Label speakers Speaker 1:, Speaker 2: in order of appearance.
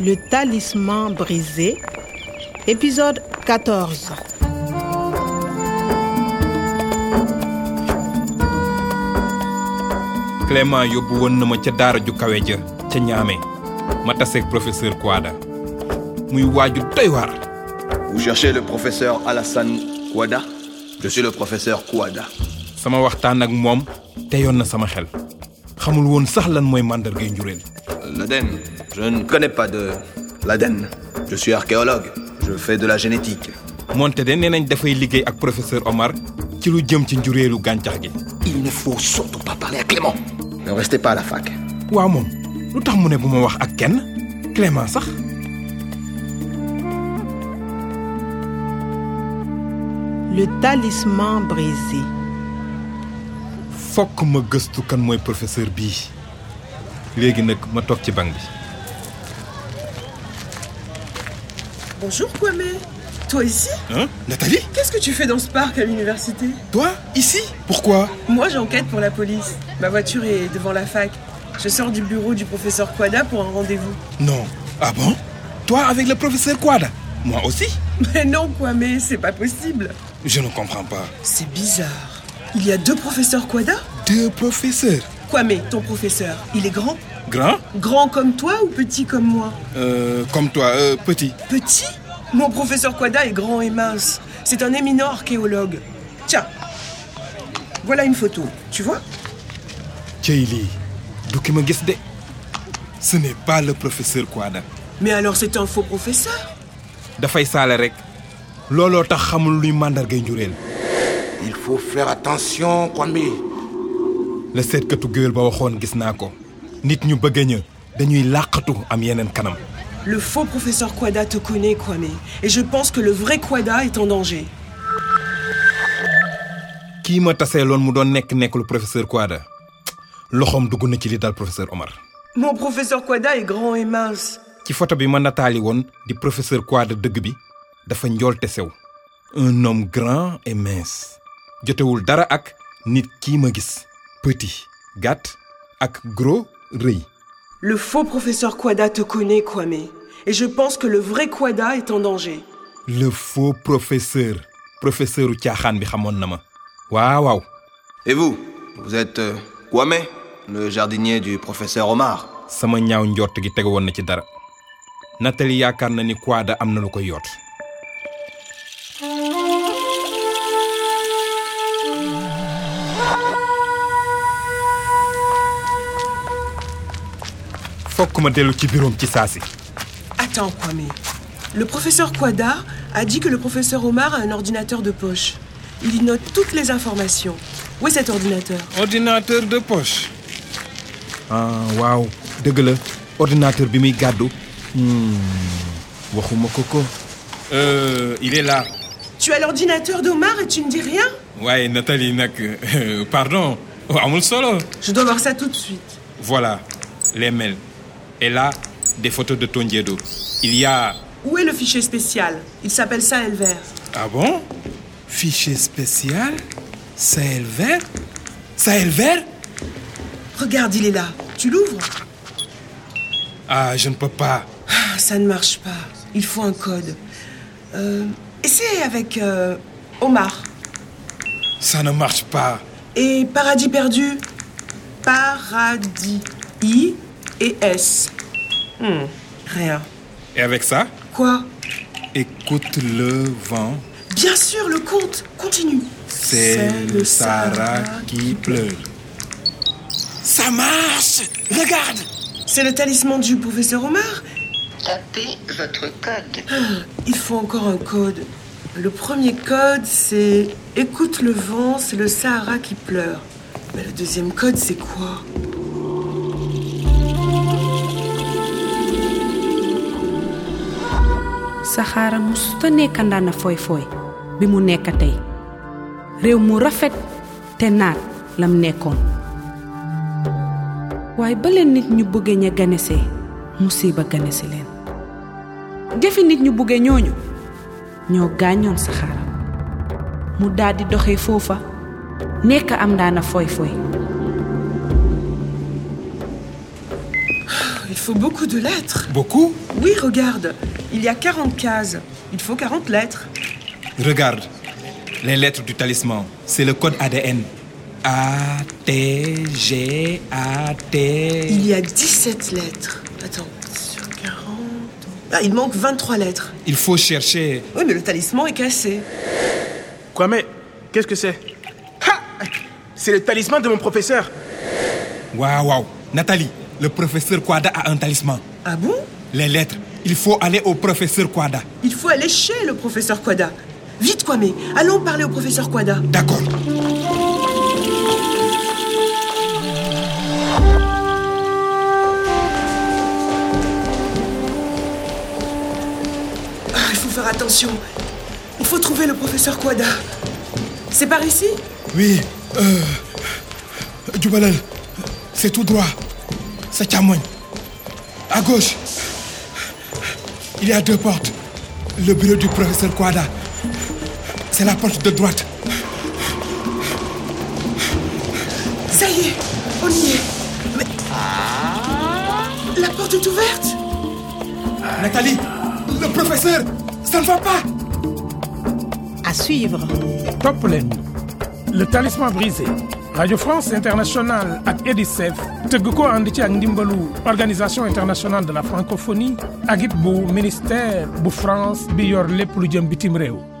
Speaker 1: Le talisman brisé, épisode 14.
Speaker 2: Clément yóbbu woon na ma ca daara ju kawe ja ca ñaame ma taseeg professeur Kouada muy waaju doy waar
Speaker 3: Vous cherchez le professeur Alassane Kouada Je suis le professeur Kouada.
Speaker 2: sama waxtaan ak moom teyoon na sama xel xamul woon sax lan mooy màndargay njureel
Speaker 3: L'Aden Euh, Je ne connais pas de l'Aden. Je suis archéologue. Je fais de la génétique.
Speaker 2: moonte de nee nañ dafay liggéey ak professeur Omar ci lu jëm ci njureelu gàncax gi
Speaker 3: Il ne faut surtout pas parler à Clément. Ne restez pas à la fac.
Speaker 2: waaw moom lu tax mu ne bu ma wax ak kenn Clément sax
Speaker 1: Le talisman brisé.
Speaker 2: fokk ma gëstu kan mooy professeur bii léegi nag ma toog ci banc bi
Speaker 4: Bonjour Kwame Toi ici
Speaker 2: hein Nathalie
Speaker 4: Qu'est-ce que tu fais dans ce parc à l'université
Speaker 2: toi ici pourquoi
Speaker 4: Moi j'enquête pour la police. Ma voiture est devant la fac. Je sors du bureau du professeur Kwada pour un rendez-vous.
Speaker 2: Non. Ah bon Toi avec le professeur Quada Moi aussi
Speaker 4: Mais non Kwame, c'est pas possible
Speaker 2: Je ne comprends pas.
Speaker 4: C'est bizarre. Il y a deux professeurs Kwada
Speaker 2: Deux professeurs
Speaker 4: Kwame, ton professeur, il est grand
Speaker 2: Grand
Speaker 4: Grand comme toi ou petit comme moi
Speaker 2: euh, Comme toi, euh, petit.
Speaker 4: Petit Mon professeur Kwada est grand et mince. C'est un éminent archéologue. Tiens, voilà une photo, tu vois
Speaker 2: Cheili, Dukimagisde. Ce n'est pas le professeur Quada.
Speaker 4: Mais alors c'est un faux professeur
Speaker 2: Dafay saale rek. Lolo tax xamul luy mandargay njureel.
Speaker 5: Il faut faire attention, Kwame.
Speaker 2: Le seetkatu gëwël ba waxoon gis naa ko. Nit ñu bëgg ña dañuy làqatu am yeneen kanam.
Speaker 4: Le faux professeur Quada te connaît, Kwame, et je pense que le vrai Quada est en danger.
Speaker 2: Kii ma taseeloon mu doon nekk nekkul professeur Quada. Loxoom dugg na ci li dal professeur Omar.
Speaker 4: Mon professeur Quada est grand et mince.
Speaker 2: ci photo bi ma nataali woon di professeur Kouada dëgg bi dafa njool te sew un homme grand et mince jotewul dara ak nit kii ma gis petit gàtt ak gros rëy
Speaker 4: Le faux professeur Quada te connaît, Kwame, et je pense que le vrai Quada est en danger.
Speaker 2: le faux professeur professeuru caaxaan bi xamoon na ma waaw waaw
Speaker 3: Et vous Vous êtes euh, Kwame, le jardinier du professeur Omar.
Speaker 2: sama ñaaw njort gi tege woon na ci dara Nathalie yaakaar na ni Kouada am na lu koy yoot fokk ma dellu ci biroom ci saasi
Speaker 4: Attends, Kwame. Le professeur Quada a dit que le professeur Omar a un ordinateur de poche. Il y note toutes les informations. Où est cet ordinateur
Speaker 2: ordinateur de poche ah waaw dëgg la ordinateur bi muy gàddu hmm, waxuma ko ko euh, il est là
Speaker 4: Tu as l'ordinateur d'Omar et tu ne dis rien
Speaker 2: waaye Nathalie nag pardon amul solo
Speaker 4: Je dois voir ça tout de suite.
Speaker 2: Voilà, les mails. Et là, des photos de Tondiedo. Il y a...
Speaker 4: Où est le fichier spécial Il s'appelle ça Elver.
Speaker 2: Ah bon Fichier spécial Sahel vert Sahel vert
Speaker 4: Regarde, il est là. Tu l'ouvres
Speaker 2: Ah, je ne peux pas.
Speaker 4: Ah, Ça ne marche pas. Il faut un code. Euh, essaie avec euh, Omar.
Speaker 2: Ça ne marche pas.
Speaker 4: Et Paradis perdu. Paradis. I et S. Hmm, rien.
Speaker 2: Et avec ça
Speaker 4: Quoi
Speaker 2: Écoute le vent.
Speaker 4: Bien sûr, le compte. Continue.
Speaker 2: C'est le Sahara qui pleure. Ça marche Regarde
Speaker 4: C'est le talisman du professeur Omar.
Speaker 6: Tapez votre code.
Speaker 4: Il faut encore un code. Le premier code, c'est Écoute le vent, c'est le Sahara qui pleure. Mais le deuxième code, c'est quoi
Speaker 7: saxaara musuta nekk ndaana foy foy bi mu nekk tey réew mu rafet te naat lam nekkoon waaye ba leen nit ñu bëggee ña ganese musiba ganese leen jëfi nit ñu bëggee ñooñu ñoo gaañoon saxaara mu daldi doxee foofa nekk am ndaana foy foy
Speaker 4: il faut beaucoup de lettres.
Speaker 2: Beaucoup
Speaker 4: Oui, regarde, il y a 40 cases. Il faut 40 lettres.
Speaker 2: Regarde, les lettres du talisman, c'est le code ADN. A, T, G, A, T.
Speaker 4: Il y a 17 lettres. Attends, sur 40. Ah, il manque 23 lettres.
Speaker 2: Il faut chercher.
Speaker 4: Oui, mais le talisman est cassé.
Speaker 8: Kwame, qu'est-ce que c'est Ha C'est le talisman de mon professeur.
Speaker 2: Waouh, waouh. Nathalie, le professeur Kwada a un talisman.
Speaker 4: Ah bon
Speaker 2: Les lettres, il faut aller au professeur Kwada.
Speaker 4: Il faut aller chez le professeur Quada. Vite, Kwame, allons parler au professeur Quada.
Speaker 2: D'accord.
Speaker 4: Ah, il faut faire attention. Il faut trouver le professeur Quada. C'est par ici
Speaker 2: Oui, euh. Djubalal, c'est tout droit. C'est Chamoigne. À gauche, il y a deux portes. Le bureau du professeur Kwada. C'est la porte de droite.
Speaker 4: Ça y est, on y est. Mais... La porte est ouverte
Speaker 2: Nathalie, le professeur, ça ne va pas.
Speaker 1: À suivre.
Speaker 8: Top leen. le talisman brisé radio france internationale ak edicef tëgg ko ànd ci ak ndimbalu organisation internationale de la francophonie ak it bu ministère bu france bi yor lépp lu jëm bitim réew